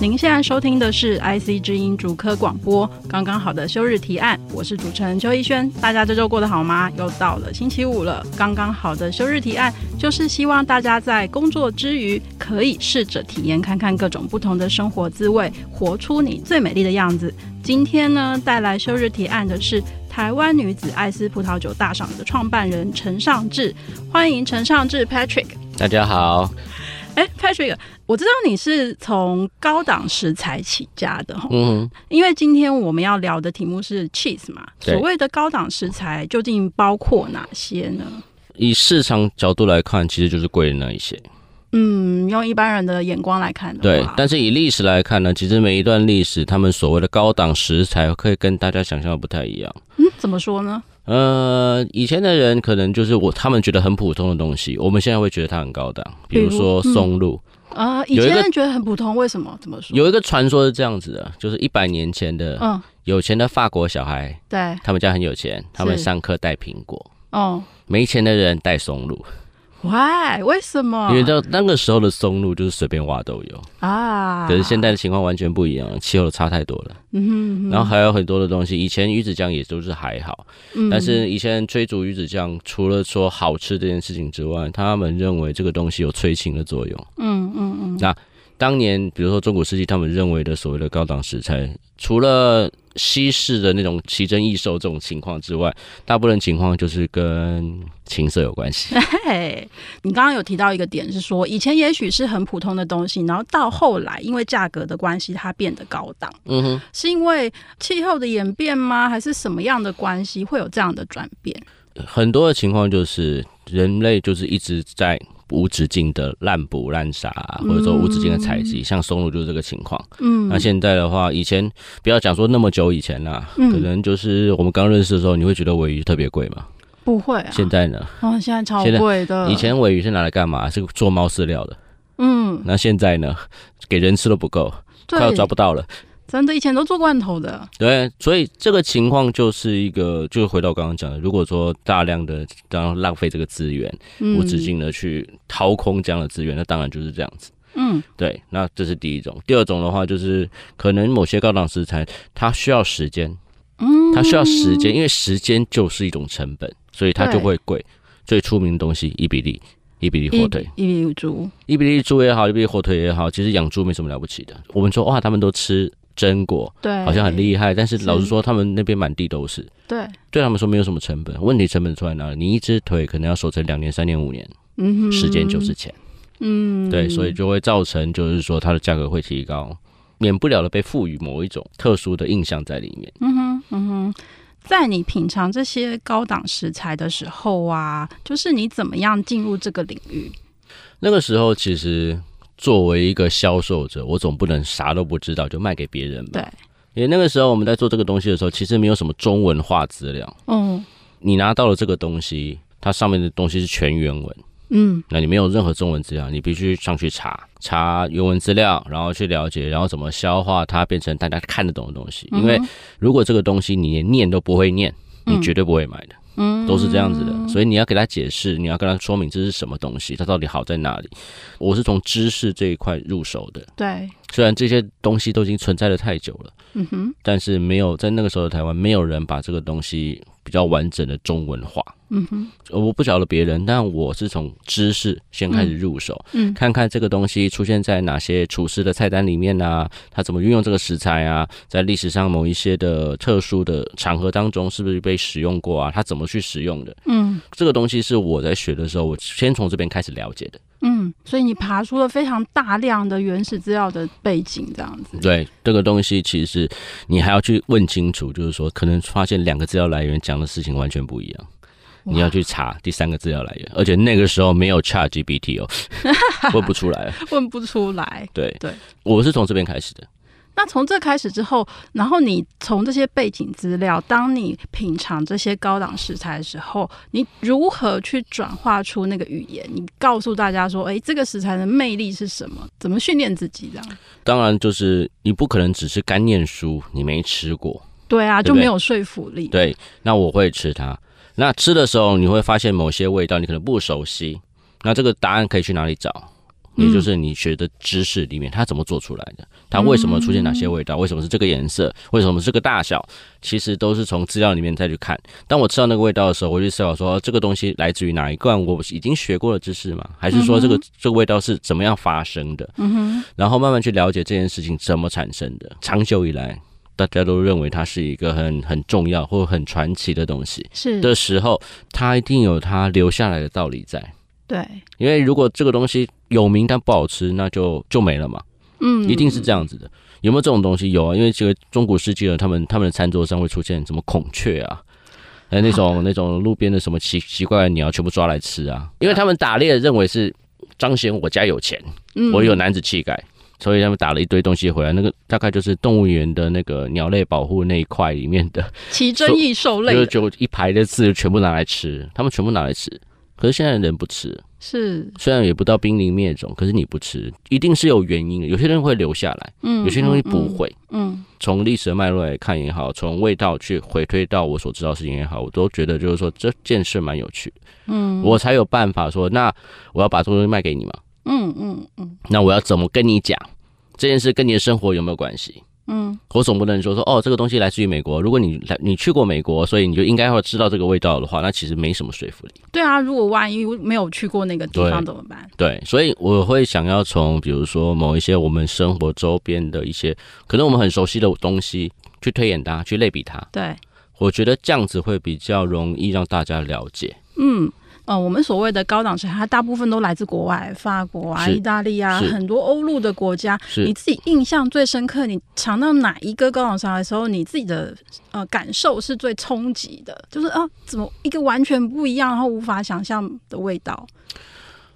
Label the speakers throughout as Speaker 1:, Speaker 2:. Speaker 1: 您现在收听的是 IC 之音主科广播，刚刚好的休日提案，我是主持人邱逸轩。大家这周过得好吗？又到了星期五了，刚刚好的休日提案就是希望大家在工作之余，可以试着体验看看各种不同的生活滋味，活出你最美丽的样子。今天呢，带来休日提案的是台湾女子艾斯葡萄酒大赏的创办人陈尚志，欢迎陈尚志 Patrick。
Speaker 2: 大家好，
Speaker 1: 哎，Patrick，我知道你是从高档食材起家的哈，
Speaker 2: 嗯，
Speaker 1: 因为今天我们要聊的题目是 cheese 嘛，
Speaker 2: 对
Speaker 1: 所谓的高档食材究竟包括哪些呢？
Speaker 2: 以市场角度来看，其实就是贵的那一些，
Speaker 1: 嗯，用一般人的眼光来看的
Speaker 2: 对
Speaker 1: 话，。
Speaker 2: 但是以历史来看呢，其实每一段历史，他们所谓的高档食材，可以跟大家想象的不太一样。
Speaker 1: 嗯，怎么说呢？
Speaker 2: 呃，以前的人可能就是我，他们觉得很普通的东西，我们现在会觉得它很高档，比如说
Speaker 1: 比如嗯
Speaker 2: 松露。
Speaker 1: 啊、以
Speaker 2: 有一
Speaker 1: 前
Speaker 2: 个
Speaker 1: 人觉得很普通，为什么？怎么说？
Speaker 2: 有一个传说是这样子的，就是一百年前的
Speaker 1: 嗯，
Speaker 2: 有钱的法国小孩，
Speaker 1: 对，
Speaker 2: 他们家很有钱，他们
Speaker 1: 是
Speaker 2: 上课带苹果，
Speaker 1: 哦
Speaker 2: 没钱的人带松露，
Speaker 1: ，why？为什么？
Speaker 2: 因为到那个时候的松露就是随便挖都有。
Speaker 1: 啊，
Speaker 2: 可是现在的情况完全不一样了，气候差太多了。
Speaker 1: 嗯哼，嗯哼
Speaker 2: 然后还有很多的东西，以前鱼子酱也都是还好，
Speaker 1: 嗯
Speaker 2: 但是以前追逐鱼子酱，除了说好吃这件事情之外，他们认为这个东西有催情的作用。
Speaker 1: 嗯嗯嗯，
Speaker 2: 当年比如说中古世纪，他们认为的所谓的高档食材，除了西式的那种奇珍异兽这种情况之外，大部分情况就是跟情色有关系。
Speaker 1: 嘿，你刚刚有提到一个点是说，以前也许是很普通的东西，然后到后来因为价格的关系，它变得高档，
Speaker 2: 嗯哼。
Speaker 1: 是因为气候的演变吗？还是什么样的关系会有这样的转变？
Speaker 2: 很多的情况就是人类就是一直在无止境的滥捕滥杀、或者说无止境的采集，像松露就是这个情况。
Speaker 1: 嗯
Speaker 2: 那现在的话，以前不要讲说那么久以前啦、
Speaker 1: 嗯
Speaker 2: 可能就是我们刚认识的时候，你会觉得尾鱼特别贵嘛？
Speaker 1: 不会啊，嗯
Speaker 2: 现在呢，
Speaker 1: 哦，现在超
Speaker 2: 现在
Speaker 1: 贵的，
Speaker 2: 以前尾鱼是拿来干嘛？是做猫饲料的。
Speaker 1: 嗯，
Speaker 2: 那现在呢，给人吃都不够，快要
Speaker 1: 对，
Speaker 2: 抓不到了。
Speaker 1: 真的以前都做罐头的，
Speaker 2: 对，所以这个情况就是一个，就是回到我刚刚讲的，如果说大量的然后浪费这个资源，
Speaker 1: 嗯，
Speaker 2: 无止境的去掏空这样的资源，那当然就是这样子。
Speaker 1: 嗯，
Speaker 2: 对，那这是第一种。第二种的话，就是可能某些高档食材，它需要时间，
Speaker 1: 嗯，
Speaker 2: 它需要时间，因为时间就是一种成本，所以它就会贵。最出名的东西，伊比利，伊比利火
Speaker 1: 一
Speaker 2: 腿，
Speaker 1: 一比猪，
Speaker 2: 伊比利猪也好，伊比利火腿也好，其实养猪没什么了不起的。我们说哇，他们都吃榛果，
Speaker 1: 对，
Speaker 2: 好像很厉害，但是
Speaker 1: 是
Speaker 2: 老实说，他们那边满地都是。
Speaker 1: 对，
Speaker 2: 对他们说没有什么成本，问题成本出在哪里？你一只腿可能要守成两年、三年、五年，
Speaker 1: 嗯哼，
Speaker 2: 时间就是钱。
Speaker 1: 嗯，
Speaker 2: 对，所以就会造成就是说它的价格会提高，免不了的被赋予某一种特殊的印象在里面。
Speaker 1: 嗯哼，嗯哼，在你品尝这些高档食材的时候啊，就是你怎么样进入这个领域？
Speaker 2: 那个时候其实。作为一个销售者，我总不能啥都不知道就卖给别人吧？
Speaker 1: 对，
Speaker 2: 因为那个时候我们在做这个东西的时候，其实没有什么中文化资料。
Speaker 1: 嗯
Speaker 2: 你拿到了这个东西，它上面的东西是全原文，
Speaker 1: 嗯
Speaker 2: 那你没有任何中文资料，你必须上去查查原文资料，然后去了解，然后怎么消化它，变成大家看得懂的东西。因为如果这个东西你连念都不会念，你绝对不会买的，
Speaker 1: 嗯，
Speaker 2: 都是这样子的。所以你要给他解释，你要跟他说明这是什么东西，它到底好在哪里。我是从知识这一块入手的，
Speaker 1: 对，
Speaker 2: 虽然这些东西都已经存在的太久了，
Speaker 1: 嗯哼，
Speaker 2: 但是没有在那个时候的台湾，没有人把这个东西比较完整的中文化。
Speaker 1: 嗯哼，
Speaker 2: 呃我不晓得别人，但我是从知识先开始入手，
Speaker 1: 嗯嗯
Speaker 2: 看看这个东西出现在哪些厨师的菜单里面啊，他怎么运用这个食材啊，在历史上某一些的特殊的场合当中是不是被使用过啊，他怎么去使用的，
Speaker 1: 嗯
Speaker 2: 这个东西是我在学的时候，我先从这边开始了解的。
Speaker 1: 嗯，所以你爬出了非常大量的原始资料的背景，这样子。
Speaker 2: 对，这个东西其实你还要去问清楚，就是说可能发现两个资料来源讲的事情完全不一样。你要去查第三个资料来源，而且那个时候没有 Chat GPT 哦，问不出来。
Speaker 1: 问不出来。
Speaker 2: 对
Speaker 1: 对，
Speaker 2: 我是从这边开始的。
Speaker 1: 那从这开始之后，然后你从这些背景资料，当你品尝这些高档食材的时候，你如何去转化出那个语言？你告诉大家说，哎，这个食材的魅力是什么？怎么训练自己？这样
Speaker 2: 当然，就是你不可能只是干念书，你没吃过。
Speaker 1: 对啊，
Speaker 2: 对
Speaker 1: 就
Speaker 2: 不对
Speaker 1: 没有说服力。
Speaker 2: 对，那我会吃它。那吃的时候，你会发现某些味道你可能不熟悉。那这个答案可以去哪里找？也就是你学的知识里面，它怎么做出来的？它为什么出现哪些味道？为什么是这个颜色？为什么是这个大小？其实都是从资料里面再去看。当我吃到那个味道的时候，我就思考说，哦这个东西来自于哪一罐我已经学过的知识吗？还是说这个、这个味道是怎么样发生的？嗯哼。然后慢慢去了解这件事情怎么产生的。长久以来，大家都认为它是一个很很重要或很传奇的东西
Speaker 1: 是，
Speaker 2: 的时候，它一定有它留下来的道理在。
Speaker 1: 对，
Speaker 2: 因为如果这个东西有名但不好吃，那就就没了嘛，
Speaker 1: 嗯，
Speaker 2: 一定是这样子的。有没有这种东西？有啊，因为这个中古世纪的他们他们的餐桌上会出现什么孔雀啊，还有那种那种路边的什么奇奇怪的鸟，全部抓来吃啊，因为他们打猎认为是彰显我家有钱，
Speaker 1: 嗯
Speaker 2: 我有男子气概。所以他们打了一堆东西回来，那个大概就是动物园的那个鸟类保护那一块里面的，
Speaker 1: 奇珍异兽类
Speaker 2: 就
Speaker 1: 的
Speaker 2: 就一排的字全部拿来吃，他们全部拿来吃。可是现在人不吃，
Speaker 1: 是，
Speaker 2: 虽然也不到濒临灭种，可是你不吃，一定是有原因的。有些人会留下来，
Speaker 1: 嗯，
Speaker 2: 有些人会不会。
Speaker 1: 嗯，
Speaker 2: 从历史的脉络来看也好，从味道去回推到我所知道的事情也好，我都觉得就是说这件事蛮有趣的。嗯，我才有办法说，那我要把这个东西卖给你嘛？
Speaker 1: 嗯嗯嗯嗯，
Speaker 2: 那我要怎么跟你讲这件事跟你的生活有没有关系？嗯，我总不能说说哦，这个东西来自于美国。如果你来你去过美国，所以你就应该会知道这个味道的话，那其实没什么说服力。
Speaker 1: 对啊，如果万一没有去过那个地方
Speaker 2: 对
Speaker 1: 怎么办？
Speaker 2: 对，所以我会想要从比如说某一些我们生活周边的一些可能我们很熟悉的东西去推演它，去类比它。
Speaker 1: 对，
Speaker 2: 我觉得这样子会比较容易让大家了解。
Speaker 1: 嗯。呃，我们所谓的高档食材，它大部分都来自国外，法国啊、
Speaker 2: 是
Speaker 1: 意大利啊，
Speaker 2: 是
Speaker 1: 很多欧陆的国家。
Speaker 2: 是
Speaker 1: 你自己印象最深刻，你尝到哪一个高档食材的时候，你自己的呃感受是最冲击的？就是啊，怎么一个完全不一样，然后无法想象的味道？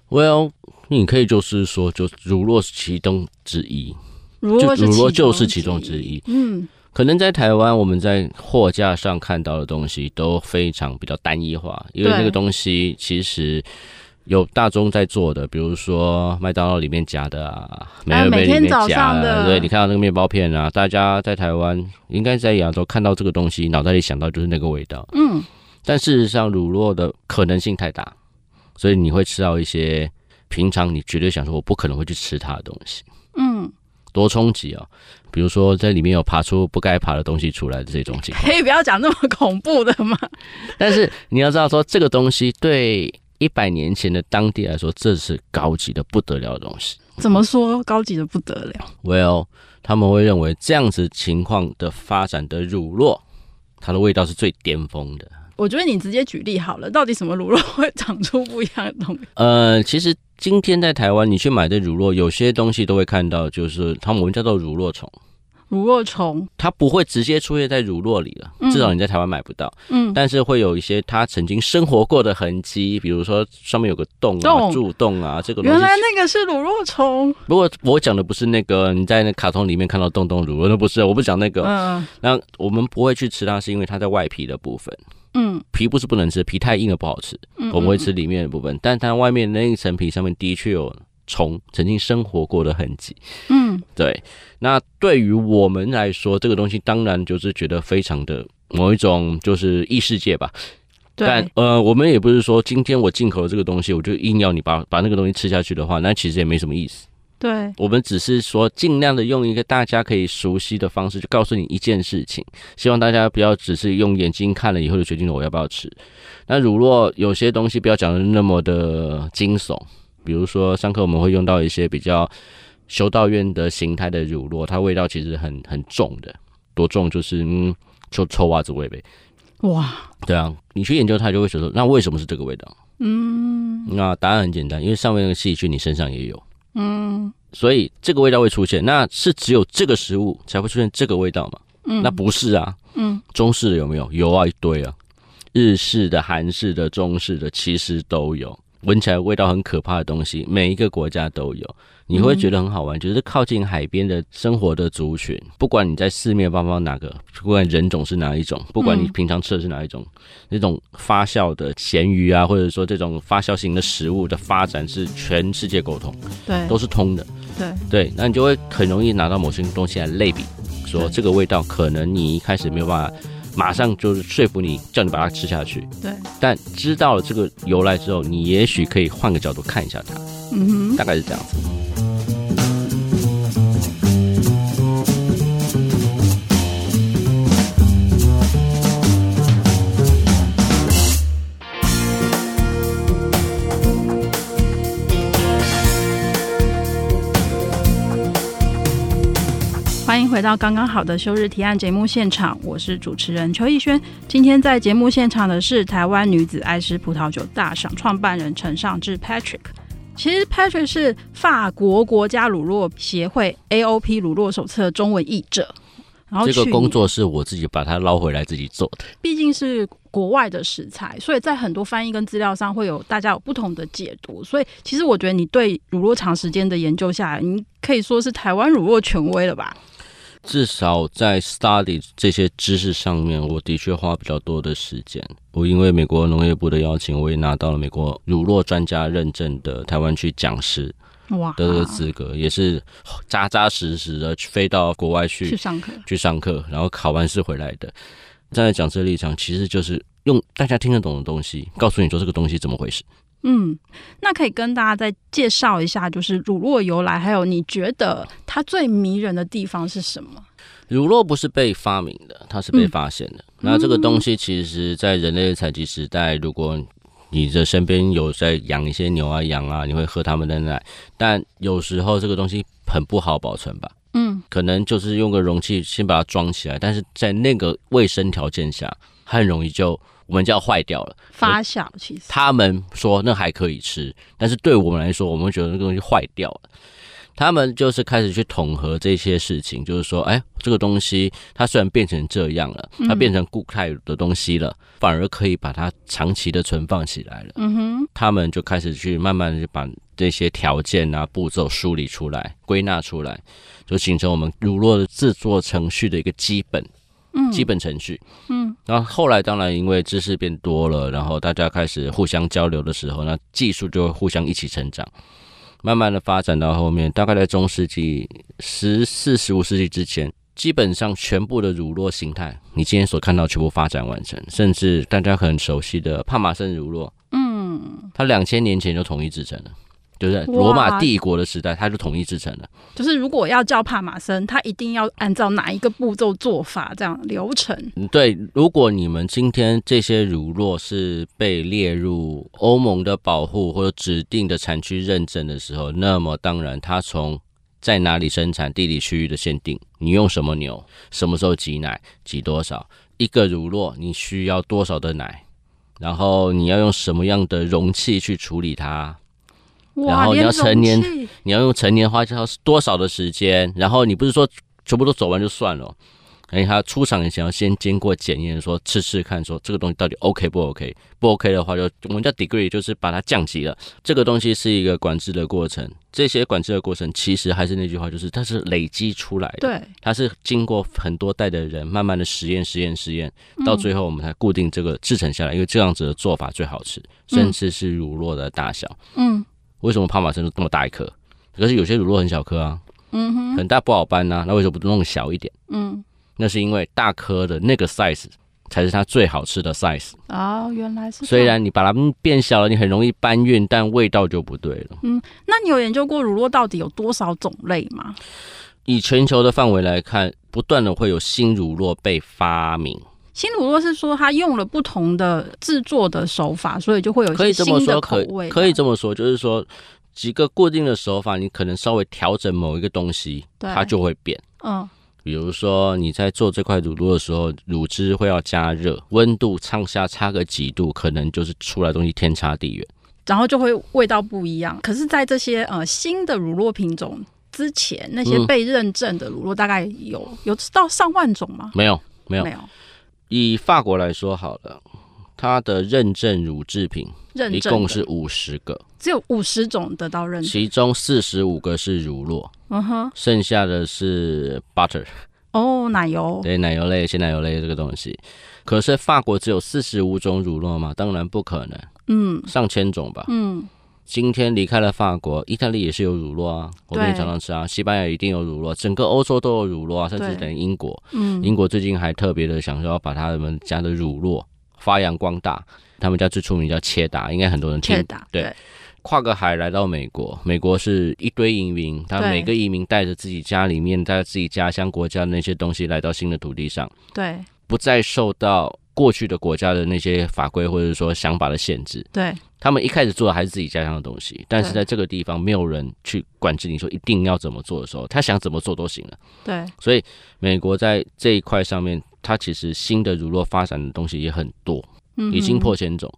Speaker 2: Well，你可以就是说，就如若是其中之一，
Speaker 1: 如
Speaker 2: 就
Speaker 1: 若是
Speaker 2: 如若就
Speaker 1: 之
Speaker 2: 是其中之
Speaker 1: 一，
Speaker 2: 一。
Speaker 1: 嗯，
Speaker 2: 可能在台湾，我们在货架上看到的东西都非常比较单一化，因为
Speaker 1: 对
Speaker 2: 那个东西其实有大众在做的，比如说麦当劳里面夹的啊，美
Speaker 1: 啊
Speaker 2: 而美
Speaker 1: 每
Speaker 2: 里
Speaker 1: 天
Speaker 2: 面
Speaker 1: 早
Speaker 2: 夹
Speaker 1: 上的
Speaker 2: 对你看到那个面包片啊，大家在台湾应该在亚洲看到这个东西，脑袋里想到就是那个味道，嗯，但事实上乳酪的可能性太大，所以你会吃到一些平常你绝对想说我不可能会去吃它的东西，
Speaker 1: 嗯，
Speaker 2: 多冲击啊！比如说在里面有爬出不该爬的东西出来的这种情
Speaker 1: 可。
Speaker 2: 况
Speaker 1: 以不要讲那么恐怖的吗？
Speaker 2: 但是你要知道说，这个东西对一百年前的当地来说，这是高级的不得了的东西。
Speaker 1: 怎么说高级的不得了？
Speaker 2: Well，他们会认为这样子情况的发展的乳酪，它的味道是最巅峰的。
Speaker 1: 我觉得你直接举例好了，到底什么卤肉会长出不一样的东西？
Speaker 2: 呃，其实今天在台湾，你去买的乳酪，有些东西都会看到，就是他们我们叫做乳酪虫。
Speaker 1: 乳酪虫，
Speaker 2: 它不会直接出现在乳酪里了，至少你在台湾买不到。
Speaker 1: 嗯
Speaker 2: 但是会有一些它曾经生活过的痕迹，比如说上面有个洞啊、
Speaker 1: 洞
Speaker 2: 蛀洞啊，这个东
Speaker 1: 原
Speaker 2: 西。
Speaker 1: 来那个是乳酪虫，
Speaker 2: 不过我讲的不是那个你在那卡通里面看到洞洞乳酪，那不是，我不讲那个。
Speaker 1: 嗯
Speaker 2: 那我们不会去吃它，是因为它在外皮的部分，
Speaker 1: 嗯
Speaker 2: 皮不是不能吃，皮太硬了不好吃。我们会吃里面的部分，但它外面那一层皮上面的确有虫曾经生活过的痕迹。
Speaker 1: 嗯，
Speaker 2: 对，那对于我们来说，这个东西当然就是觉得非常的某一种就是异世界吧。但
Speaker 1: 对，
Speaker 2: 呃，我们也不是说今天我进口了这个东西，我就硬要你把把那个东西吃下去的话，那其实也没什么意思。
Speaker 1: 对，
Speaker 2: 我们只是说尽量的用一个大家可以熟悉的方式，去告诉你一件事情，希望大家不要只是用眼睛看了以后就决定了我要不要吃。那乳酪有些东西不要讲的那么的惊悚，比如说上课我们会用到一些比较修道院的形态的乳酪，它味道其实很很重的，多重就是嗯，就臭袜子味呗。
Speaker 1: 哇，
Speaker 2: 对啊，你去研究它就会觉得说，那为什么是这个味道？嗯，那答案很简单，因为上面那个细菌你身上也有。嗯，所以这个味道会出现，那是只有这个食物才会出现这个味道吗？嗯，那不是啊。嗯，中式的有没有？有啊，一堆啊。日式的、韩式的、中式的，其实都有。闻起来味道很可怕的东西，每一个国家都有，你会觉得很好玩。就是靠近海边的生活的族群，不管你在四面八方哪个，不管人种是哪一种，不管你平常吃的是哪一种，那种发酵的咸鱼啊，或者说这种发酵型的食物的发展是全世界沟通，
Speaker 1: 对
Speaker 2: 都是通的。
Speaker 1: 对，
Speaker 2: 对，那你就会很容易拿到某些东西来类比，说
Speaker 1: 对
Speaker 2: 这个味道可能你一开始没有办法。马上就是说服你，叫你把它吃下去。
Speaker 1: 对，
Speaker 2: 但知道了这个由来之后，你也许可以换个角度看一下它，
Speaker 1: 嗯哼，
Speaker 2: 大概是这样子。
Speaker 1: 欢迎回到刚刚好的休日提案节目现场，我是主持人邱逸轩。今天在节目现场的是台湾女子爱吃葡萄酒大赏创办人陈尚志 Patrick。其实 Patrick 是法国国家乳酪协会 AOP 乳酪手册中文译者，然后
Speaker 2: 这个
Speaker 1: 去
Speaker 2: 工
Speaker 1: 年
Speaker 2: 作是我自己把它捞回来自己做的。
Speaker 1: 毕竟是国外的食材，所以在很多翻译跟资料上会有大家有不同的解读。所以其实我觉得你对乳酪长时间的研究下来，你可以说是台湾乳酪权威了吧？
Speaker 2: 至少在 study 这些知识上面，我的确花比较多的时间。我因为美国农业部的邀请，我也拿到了美国乳酪专家认证的台湾区讲师
Speaker 1: 哇，
Speaker 2: 的这个资格，也是扎扎实实的飞到国外去
Speaker 1: 去上课，
Speaker 2: 去上课，然后考完试回来的。站在讲师的立场，其实就是用大家听得懂的东西，告诉你说这个东西怎么回事。
Speaker 1: 嗯，那可以跟大家再介绍一下，就是乳酪由来，还有你觉得它最迷人的地方是什么？
Speaker 2: 乳酪不是被发明的，它是被
Speaker 1: 嗯
Speaker 2: 发现的。那这个东西其实，在人类的采集时代，如果你的身边有在养一些牛啊、羊啊，你会喝它们的奶，但有时候这个东西很不好保存吧。
Speaker 1: 嗯，
Speaker 2: 可能就是用个容器先把它装起来，但是在那个卫生条件下，很容易就我们叫坏掉了。
Speaker 1: 发酵其实，
Speaker 2: 他们说那还可以吃，但是对我们来说，我们会觉得那个东西坏掉了。他们就是开始去统合这些事情，就是说，哎，这个东西它虽然变成这样了，
Speaker 1: 嗯
Speaker 2: 它变成固态的东西了，反而可以把它长期的存放起来了。
Speaker 1: 嗯哼，
Speaker 2: 他们就开始去慢慢地把这些条件啊、步骤梳理出来、归纳出来，就形成我们乳酪的制作程序的一个基本
Speaker 1: 嗯，
Speaker 2: 基本程序。
Speaker 1: 嗯，
Speaker 2: 然后后来当然因为知识变多了，然后大家开始互相交流的时候，那技术就会互相一起成长。慢慢的发展到后面，大概在中世纪十四、十五世纪之前，基本上全部的乳酪形态，你今天所看到全部发展完成，甚至大家很熟悉的帕玛森乳酪，嗯，它两千年前就统一制成了，对不对？
Speaker 1: 哇
Speaker 2: 罗马帝国的时代，它就统一制成了。
Speaker 1: 就是如果要叫帕玛森，它一定要按照哪一个步骤做法这样流程？
Speaker 2: 嗯对，如果你们今天这些乳酪是被列入欧盟的保护或者指定的产区认证的时候，那么当然它从在哪里生产、地理区域的限定，你用什么牛、什么时候挤奶、挤多少，一个乳酪你需要多少的奶，然后你要用什么样的容器去处理它，然
Speaker 1: 哇，
Speaker 2: 后你
Speaker 1: 连
Speaker 2: 要成年
Speaker 1: 容器
Speaker 2: 你要用成年花销是多少的时间？然后你不是说全部都走完就算了哦，而且他出厂以前要先经过检验，说吃吃看，说这个东西到底 OK 不 OK？不 OK 的话就我们叫 degree，就是把它降级了。这个东西是一个管制的过程，这些管制的过程其实还是那句话，就是它是累积出来的，
Speaker 1: 对，
Speaker 2: 它是经过很多代的人慢慢的实验、实验、实验，到最后我们才固定这个制成下来，因为这样子的做法最好吃，甚至是乳酪的大小。
Speaker 1: 嗯
Speaker 2: 为什么帕玛森这么大一颗？可是有些乳酪很小颗啊，
Speaker 1: 嗯哼，
Speaker 2: 很大不好搬呐、啊那为什么不弄小一点？
Speaker 1: 嗯，
Speaker 2: 那是因为大颗的那个 size 才是它最好吃的 size。
Speaker 1: 哦，原来是这样
Speaker 2: 虽然你把它变小了，你很容易搬运，但味道就不对了。
Speaker 1: 那你有研究过乳酪到底有多少种类吗？
Speaker 2: 以全球的范围来看，不断的会有新乳酪被发明，
Speaker 1: 新乳酪是说它用了不同的制作的手法，所以就会有一
Speaker 2: 可
Speaker 1: 些
Speaker 2: 以这么
Speaker 1: 新
Speaker 2: 说，
Speaker 1: 的口
Speaker 2: 可
Speaker 1: 味
Speaker 2: 以可以这么说，就是说几个固定的手法，你可能稍微调整某一个东西，
Speaker 1: 对
Speaker 2: 它就会变。
Speaker 1: 嗯
Speaker 2: 比如说你在做这块乳酪的时候，乳汁会要加热，温度上下差个几度，可能就是出来的东西天差地远。
Speaker 1: 然后就会味道不一样。可是，在这些呃新的乳酪品种之前，那些
Speaker 2: 嗯
Speaker 1: 被认证的乳酪大概有、有到上万种吗？
Speaker 2: 没有，没有。
Speaker 1: 没有，
Speaker 2: 以法国来说好了，它的认证乳制品
Speaker 1: 认
Speaker 2: 一
Speaker 1: 证
Speaker 2: 共
Speaker 1: 的
Speaker 2: 是五十个，
Speaker 1: 只有五十种得到认证。
Speaker 2: 其中四十五个是乳酪，
Speaker 1: 嗯哼，
Speaker 2: 剩下的是 butter，
Speaker 1: 哦，奶油，
Speaker 2: 对，奶油类、鲜奶油类这个东西。可是法国只有四十五种乳酪吗？当然不可能，
Speaker 1: 嗯
Speaker 2: 上千种吧。
Speaker 1: 嗯，
Speaker 2: 今天离开了法国，意大利也是有乳酪啊，我们也
Speaker 1: 对
Speaker 2: 常常吃啊。西班牙一定有乳酪，整个欧洲都有乳酪啊，甚至
Speaker 1: 对
Speaker 2: 等于英国。
Speaker 1: 嗯
Speaker 2: 英国最近还特别的想说要把他们家的乳酪发扬光大，他们家最出名叫切达，应该很多人听
Speaker 1: 确打
Speaker 2: 对，跨个海来到美国，美国是一堆移民，他
Speaker 1: 对
Speaker 2: 每个移民带着自己家里面、带着自己家乡国家的那些东西来到新的土地上，
Speaker 1: 对
Speaker 2: 不再受到过去的国家的那些法规或者说想法的限制。
Speaker 1: 对
Speaker 2: 他们一开始做的还是自己家乡的东西，但是
Speaker 1: 对
Speaker 2: 在这个地方没有人去管制你说一定要怎么做的时候，他想怎么做都行了。
Speaker 1: 对对，
Speaker 2: 所以美国在这一块上面，它其实新的乳酪发展的东西也很多，
Speaker 1: 嗯
Speaker 2: 已经
Speaker 1: 哼
Speaker 2: 破千种。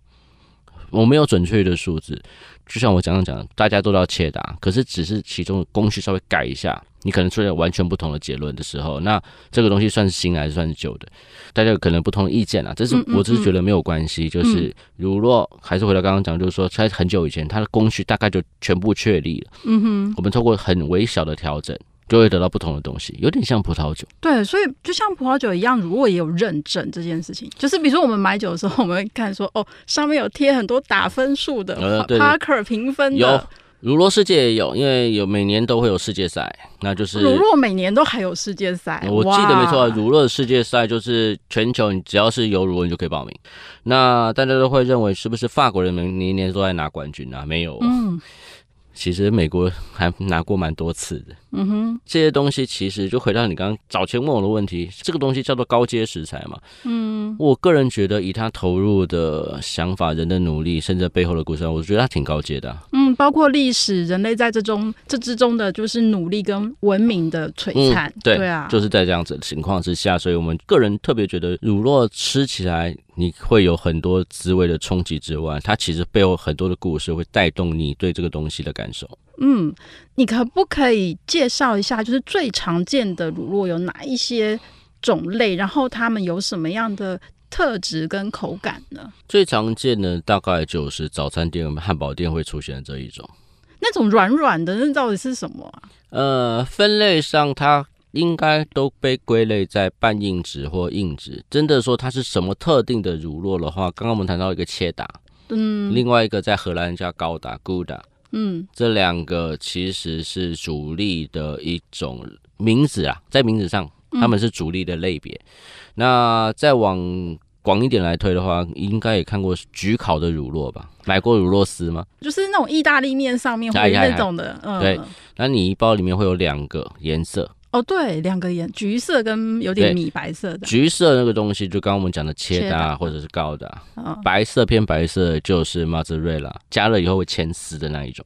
Speaker 2: 我没有准确的数字，就像我刚刚讲的，大家都要切达，可是只是其中的工序稍微改一下，你可能出现完全不同的结论的时候，那这个东西算是新还是算是旧的？大家有可能不同的意见啊，这是
Speaker 1: 嗯嗯
Speaker 2: 我只是觉得没有关系，就是如若还是回到刚刚讲，就是说在很久以前，它的工序大概就全部确立了，
Speaker 1: 嗯哼，
Speaker 2: 我们透过很微小的调整，就会得到不同的东西，有点像葡萄酒。
Speaker 1: 对，所以就像葡萄酒一样，如果也有认证这件事情，就是比如说我们买酒的时候，我们会看说，哦，上面有贴很多打分数的、
Speaker 2: 呃对对
Speaker 1: Parker 评分的，
Speaker 2: 乳酪世界也有，因为有每年都会有世界赛，那就是
Speaker 1: 乳酪每年都还有世界赛，
Speaker 2: 我记得没错
Speaker 1: 哇
Speaker 2: 啊，乳酪世界赛就是全球你只要是有乳酪你就可以报名。那大家都会认为是不是法国人每年年都在拿冠军啊？没有、哦，
Speaker 1: 嗯
Speaker 2: 其实美国还拿过蛮多次的。
Speaker 1: 嗯哼，
Speaker 2: 这些东西其实就回到你刚刚早前问我的问题，这个东西叫做高阶食材嘛。嗯，我个人觉得以他投入的想法、人的努力，甚至背后的故事，我觉得他挺高阶的啊、
Speaker 1: 嗯，包括历史，人类在这中这之中的就是努力跟文明的璀璨，
Speaker 2: 嗯对
Speaker 1: 啊，
Speaker 2: 就是在这样子的情况之下，所以我们个人特别觉得乳酪吃起来你会有很多滋味的冲击之外，它其实背后很多的故事会带动你对这个东西的感受。
Speaker 1: 嗯，你可不可以介绍一下，就是最常见的乳酪有哪一些种类，然后它们有什么样的特质跟口感呢？
Speaker 2: 最常见的大概就是早餐店、汉堡店会出现的这一种。
Speaker 1: 那种软软的，那到底是什么啊？
Speaker 2: 呃，分类上它应该都被归类在半硬质或硬质。真的说它是什么特定的乳酪的话，刚刚我们谈到一个切达，
Speaker 1: 嗯
Speaker 2: 另外一个在荷兰叫高达 （Gouda）。
Speaker 1: 嗯
Speaker 2: 这两个其实是主力的一种名字啊，在名字上
Speaker 1: 嗯
Speaker 2: 他们是主力的类别。那再往广一点来推的话，应该也看过焗烤的乳酪吧？买过乳酪丝吗？
Speaker 1: 就是那种意大利面上面
Speaker 2: 哎
Speaker 1: 会
Speaker 2: 呀
Speaker 1: 那种的，嗯，
Speaker 2: 对那你一包里面会有两个颜色，
Speaker 1: 哦对，两个颜，橘色跟有点
Speaker 2: 对
Speaker 1: 米白色的，
Speaker 2: 橘色那个东西就刚刚我们讲的切
Speaker 1: 切
Speaker 2: 达
Speaker 1: 达
Speaker 2: 或者是高达，
Speaker 1: 嗯
Speaker 2: 白色偏白色就是马自瑞拉，加热以后会牵丝的那一种，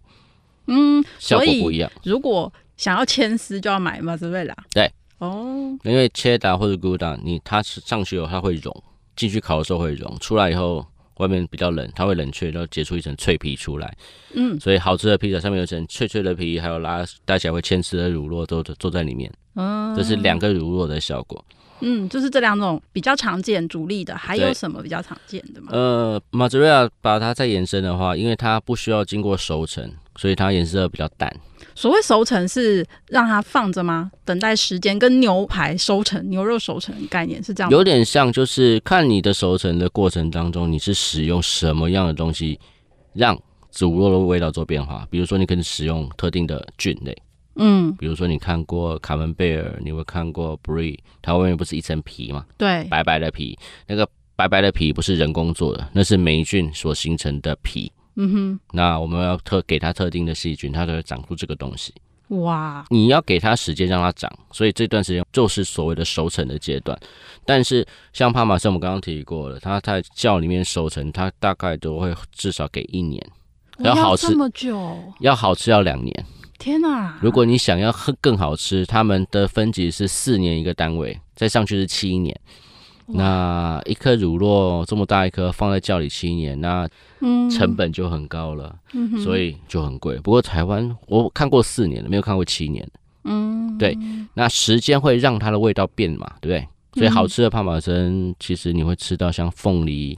Speaker 1: 嗯，
Speaker 2: 效
Speaker 1: 所
Speaker 2: 果不
Speaker 1: 以
Speaker 2: 一样。
Speaker 1: 如果想要牵丝，就要买马自瑞拉，
Speaker 2: 对，
Speaker 1: 哦，
Speaker 2: 因为切达或者古达，你它是上去以后它会溶，进去烤的时候会溶，出来以后外面比较冷，它会冷却，然后结出一层脆皮出来。
Speaker 1: 嗯
Speaker 2: 所以好吃的披萨上面有一层脆脆的皮，还有拉大家会牵丝的乳酪都都在里面，
Speaker 1: 嗯，
Speaker 2: 这是两个乳酪的效果。
Speaker 1: 嗯，就是这两种比较常见主力的，还有
Speaker 2: 对
Speaker 1: 什么比较常见的吗？
Speaker 2: 呃，马祖瑞亚把它再延伸的话，因为它不需要经过熟成，所以它颜色比较淡。
Speaker 1: 所谓熟成是让它放着吗？等待时间跟牛排熟成、牛肉熟成的概念是这样吗？
Speaker 2: 有点像，就是看你的熟成的过程当中，你是使用什么样的东西让乳酪的味道做变化。比如说，你可能使用特定的菌类，
Speaker 1: 嗯，
Speaker 2: 比如说你看过卡门贝尔，你会看过 brie，它外面不是一层皮吗？
Speaker 1: 对，
Speaker 2: 白白的皮，那个白白的皮不是人工做的，那是霉菌所形成的皮。
Speaker 1: 嗯
Speaker 2: 那我们要特给它特定的细菌，它才会长出这个东西。
Speaker 1: 哼，哇，
Speaker 2: 你要给它时间让它长，所以这段时间就是所谓的熟成的阶段。但是像帕玛森，我们刚刚提过了，它在窖里面熟成，它大概都会至少给一年，要
Speaker 1: 我
Speaker 2: 好吃
Speaker 1: 这么久，
Speaker 2: 要好吃要两年。
Speaker 1: 天哪、
Speaker 2: 如果你想要更更好吃，他们的分级是四年一个单位，再上去是七年。那一颗乳酪这么大一颗放在窖里七年，那
Speaker 1: 嗯
Speaker 2: 成本就很高了，
Speaker 1: 嗯哼
Speaker 2: 所以就很贵。不过台湾我看过四年的，没有看过七年的。
Speaker 1: 嗯
Speaker 2: 对那时间会让它的味道变嘛，对不对？所以好吃的帕玛森，其实你会吃到像凤梨、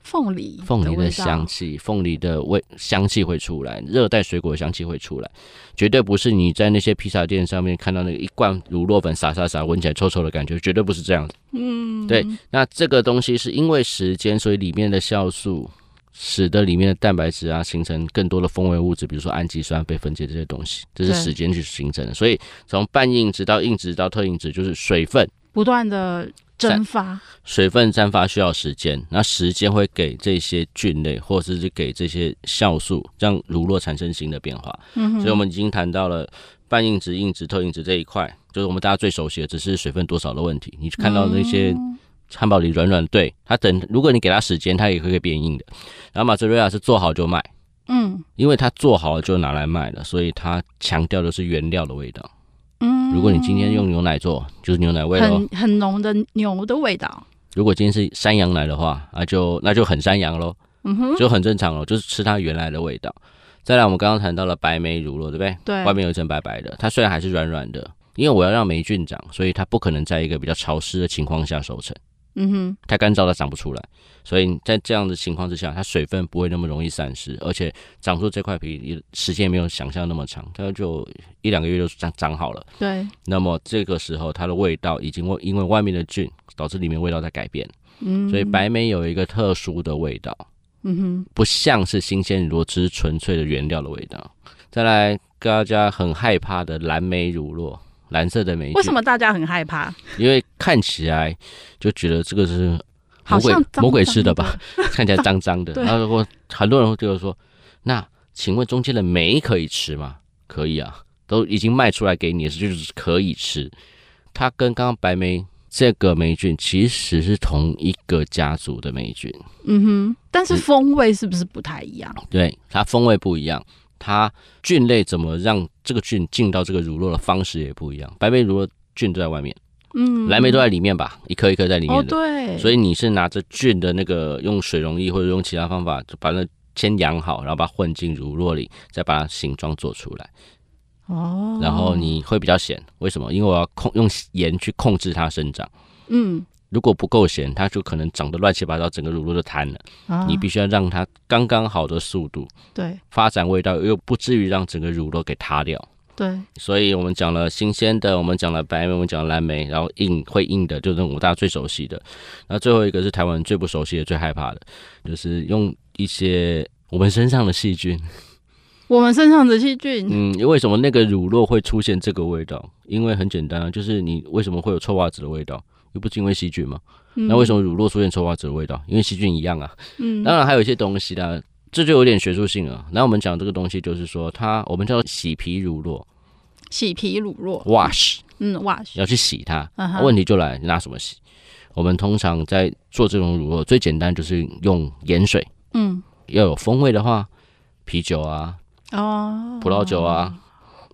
Speaker 1: 凤梨
Speaker 2: 凤梨
Speaker 1: 嗯味
Speaker 2: 的
Speaker 1: 道
Speaker 2: 香气，凤梨的味香气会出来，热带水果的香气会出来，绝对不是你在那些披萨店上面看到那个一罐乳酪粉撒撒撒，闻起来臭臭的感觉，绝对不是这样子。嗯，对。那这个东西是因为时间，所以里面的酵素使得里面的蛋白质啊形成更多的风味物质，比如说氨基酸被分解这些东西，这是
Speaker 1: 对
Speaker 2: 时间去形成的。所以从半硬质到硬质到特硬质，就是水分。
Speaker 1: 不断的蒸发，
Speaker 2: 水分蒸发需要时间，那时间会给这些菌类，或者是给这些酵素，让乳酪产生新的变化。嗯、所以我们已经谈到了半硬质、硬质、特硬质这一块，就是我们大家最熟悉的，只是水分多少的问题。你去看到那些汉堡里软软，对它等，如果你给它时间，它也会变硬的。然后马苏瑞亚是做好就卖，
Speaker 1: 嗯
Speaker 2: 因为它做好了就拿来卖了，所以它强调的是原料的味道。
Speaker 1: 嗯，
Speaker 2: 如果你今天用牛奶做，就是牛奶味喽。
Speaker 1: 很很浓的牛的味道，
Speaker 2: 如果今天是山羊奶的话，那就那就很山羊喽，
Speaker 1: 嗯哼，
Speaker 2: 就很正常喽，就是吃它原来的味道。再来，我们刚刚谈到了白梅乳酪，对不对？
Speaker 1: 对，
Speaker 2: 外面有一层白白的，它虽然还是软软的，因为我要让霉菌长，所以它不可能在一个比较潮湿的情况下熟成，
Speaker 1: 嗯哼，
Speaker 2: 太干燥它长不出来。所以在这样的情况之下，它水分不会那么容易散失，而且长出这块皮也时间也没有想象那么长，它就一两个月就长长好了。
Speaker 1: 对，
Speaker 2: 那么这个时候，它的味道已经会因为外面的菌导致里面味道在改变。
Speaker 1: 嗯，
Speaker 2: 所以白梅有一个特殊的味道，
Speaker 1: 嗯
Speaker 2: 不像是新鲜乳酪，只是纯粹的原料的味道。再来，大家很害怕的蓝莓乳酪，蓝色的霉
Speaker 1: 哼，
Speaker 2: 菌，
Speaker 1: 为什？么大家很害怕？
Speaker 2: 因为看起来就觉得这个是
Speaker 1: 好
Speaker 2: 魔鬼
Speaker 1: 像脏
Speaker 2: 魔鬼吃
Speaker 1: 脏
Speaker 2: 的吧，看起来脏脏的。
Speaker 1: 对
Speaker 2: 然后如果很多人会对我说：“那请问中间的酶可以吃吗？”可以啊，都已经卖出来给你，就是可以吃。它跟刚刚白霉这个霉菌其实是同一个家族的霉菌。
Speaker 1: 嗯哼，但是风味是不是不太一样？
Speaker 2: 对，它风味不一样，它菌类怎么让这个菌进到这个乳酪的方式也不一样。白梅乳酪菌都在外面，
Speaker 1: 嗯，
Speaker 2: 蓝莓都在里面吧，一颗一颗在里
Speaker 1: 哦，
Speaker 2: 面的。
Speaker 1: 对，
Speaker 2: 所
Speaker 1: 以
Speaker 2: 以你是拿着菌的那个用水溶液或者用其他方法，就把那先养好，然后把它混进乳酪里，再把它形状做出来。
Speaker 1: 哦，
Speaker 2: 然后你会比较咸，为什么？因为我要控用盐去控制它生长。
Speaker 1: 嗯，
Speaker 2: 如果不够咸，它就可能长得乱七八糟，整个乳酪都瘫了。
Speaker 1: 啊
Speaker 2: 你必须要让它刚刚好的速度，
Speaker 1: 对
Speaker 2: 发展味道，又不至于让整个乳酪给塌掉。
Speaker 1: 对，
Speaker 2: 所以我们讲了新鲜的，我们讲了白梅，我们讲了蓝莓，然后硬会硬的，就是我们大家最熟悉的。那最后一个是台湾人最不熟悉的、最害怕的，就是用一些我们身上的细菌。
Speaker 1: 我们身上的细菌，
Speaker 2: 嗯，为什么那个乳酪会出现这个味道？因为很简单啊，就是你为什么会有臭袜子的味道？又不是因为细菌吗？那为什
Speaker 1: 么？
Speaker 2: 么乳酪出现臭袜子的味道？因为细菌一样啊。
Speaker 1: 嗯，
Speaker 2: 当然还有一些东西啦，这就有点学术性了。那我们讲这个东西，就是说它我们叫洗皮乳酪
Speaker 1: 洗皮乳酪，
Speaker 2: wash，
Speaker 1: 嗯，哇，
Speaker 2: 要去洗它。
Speaker 1: 嗯哼
Speaker 2: 问题就来拿什么洗？我们通常在做这种乳酪，最简单就是用盐水。
Speaker 1: 嗯，
Speaker 2: 要有风味的话，啤酒啊、
Speaker 1: 哦，
Speaker 2: 葡萄酒啊、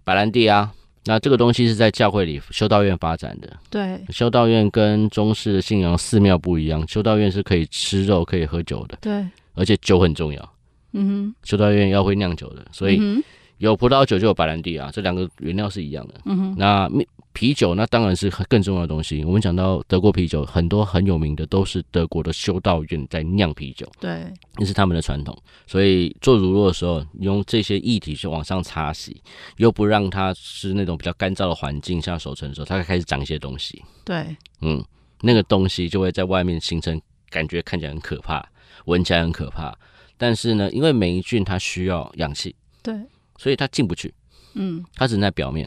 Speaker 2: 白兰地啊。那这个东西是在教会里修道院发展的。
Speaker 1: 对
Speaker 2: 修道院跟中式的信仰寺庙不一样，修道院是可以吃肉、可以喝酒的，
Speaker 1: 对，
Speaker 2: 而且酒很重要。
Speaker 1: 嗯哼，
Speaker 2: 修道院要会酿酒的，所以
Speaker 1: 嗯哼
Speaker 2: 有葡萄酒就有白兰地啊，这两个原料是一样的。嗯哼，那蜜啤酒那当然是很更重要的东西。我们讲到德国啤酒，很多很有名的都是德国的修道院在酿啤酒，
Speaker 1: 对，
Speaker 2: 那是他们的传统。所以做乳酪的时候，用这些液体去往上擦洗，又不让它是那种比较干燥的环境下熟成的时候，它会开始长一些东西。
Speaker 1: 对，
Speaker 2: 嗯，那个东西就会在外面形成感觉看起来很可怕，闻起来很可怕。但是呢，因为霉菌它需要氧气，
Speaker 1: 对，
Speaker 2: 所以它进不去，
Speaker 1: 嗯，
Speaker 2: 它只能在表面，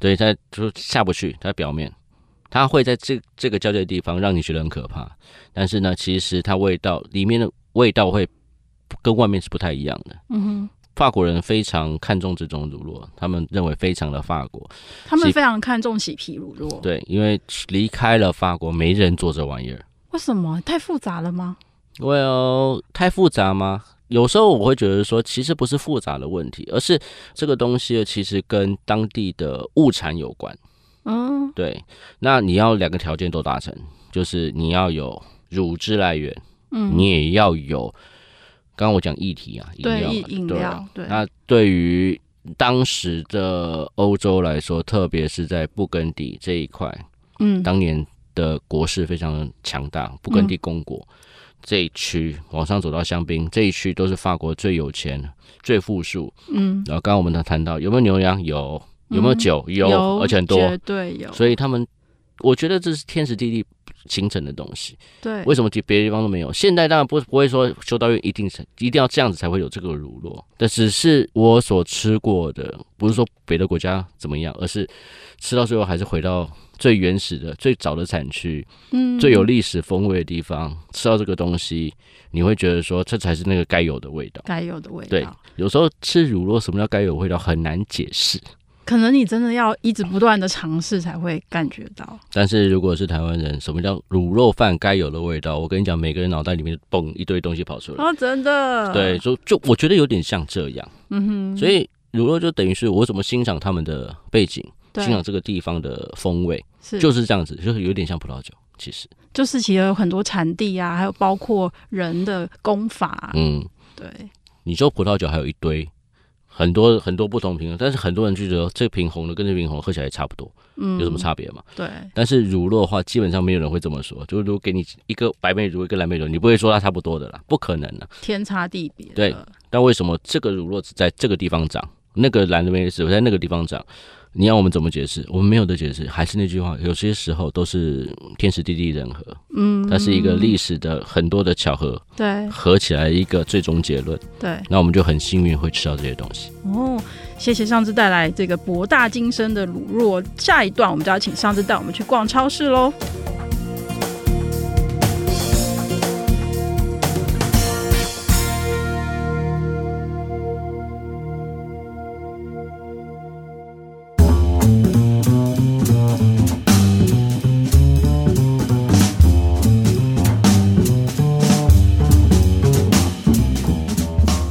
Speaker 2: 对，它就下不去，它表面，它会在这这个交界的地方让你觉得很可怕。但是呢，其实它味道里面的味道会跟外面是不太一样的。
Speaker 1: 嗯哼，
Speaker 2: 法国人非常看重这种乳酪，他们认为非常的法国，
Speaker 1: 他们
Speaker 2: 洗
Speaker 1: 非常看重洗皮乳酪，，
Speaker 2: 对，因为离开了法国，没人做这玩意儿。
Speaker 1: 为什么太复杂了吗？
Speaker 2: Well，太复杂吗？有时候我会觉得说，其实不是复杂的问题，而是这个东西其实跟当地的物产有关。
Speaker 1: 嗯，
Speaker 2: 对，那你要两个条件都达成，就是你要有乳汁来源，
Speaker 1: 嗯
Speaker 2: 你也要有。刚刚我讲议题啊，饮
Speaker 1: 对
Speaker 2: 料嘛
Speaker 1: 饮饮
Speaker 2: 对啊
Speaker 1: 料对
Speaker 2: 那对于当时的欧洲来说，特别是在布根地这一块，
Speaker 1: 嗯，
Speaker 2: 当年的国势非常强大，布根地公国。这一区往上走到香槟这一区都是法国最有钱、最富庶。
Speaker 1: 嗯，
Speaker 2: 然后刚刚我们都谈到有没有牛羊有，有没有
Speaker 1: 嗯
Speaker 2: 酒、有，而且很多
Speaker 1: 绝。对有，
Speaker 2: 所以他们，我觉得这是天时地利形成的东西。
Speaker 1: 对，
Speaker 2: 为什么别的地方都没有？现代当然不不会说修道院一定是一定要这样子才会有这个乳酪，但只是我所吃过的，不是说别的国家怎么样，而是吃到最后还是回到最原始的、最早的产区、
Speaker 1: 嗯
Speaker 2: 最有历史风味的地方，吃到这个东西，你会觉得说这才是那个该有的味道。
Speaker 1: 该有的味道。
Speaker 2: 对，有时候吃乳酪什么叫该有味道很难解释，
Speaker 1: 可能你真的要一直不断的尝试才会感觉到。
Speaker 2: 但是如果是台湾人，什么叫卤肉饭该有的味道？我跟你讲，每个人脑袋里面蹦一堆东西跑出来。
Speaker 1: 哦，真的，
Speaker 2: 对，，就就我觉得有点像这样，
Speaker 1: 嗯哼，
Speaker 2: 所以乳酪就等于是我怎么欣赏他们的背景，
Speaker 1: 对
Speaker 2: 欣赏这个地方的风味，
Speaker 1: 是
Speaker 2: 就是这样子，就是有点像葡萄酒。其实，
Speaker 1: 就是其实有很多产地啊，还有包括人的功法啊、
Speaker 2: 嗯，
Speaker 1: 对，
Speaker 2: 你说葡萄酒还有一堆，很多很多不同品种，但是很多人就觉得这瓶红的跟这瓶红喝起来也差不多，
Speaker 1: 嗯，
Speaker 2: 有什么？差别嘛？
Speaker 1: 对，
Speaker 2: 但是乳酪的话，基本上没有人会这么说，就是如果给你一个白梅乳一个蓝莓乳，你不会说它差不多的啦，不可能啊的、
Speaker 1: 天差地别的。
Speaker 2: 对但为什么这个乳酪只在这个地方长，那个蓝的梅子在那个地方长？你要我们怎么解释？我们没有的解释。还是那句话，有些时候都是天时地利人和，
Speaker 1: 嗯，
Speaker 2: 它是一个历史的很多的巧合
Speaker 1: 对
Speaker 2: 合起来一个最终结论。
Speaker 1: 对
Speaker 2: 那我们就很幸运会吃到这些东西。
Speaker 1: 哦。谢谢上次带来这个博大精深的乳酪，下一段我们就要请上次带我们去逛超市喽。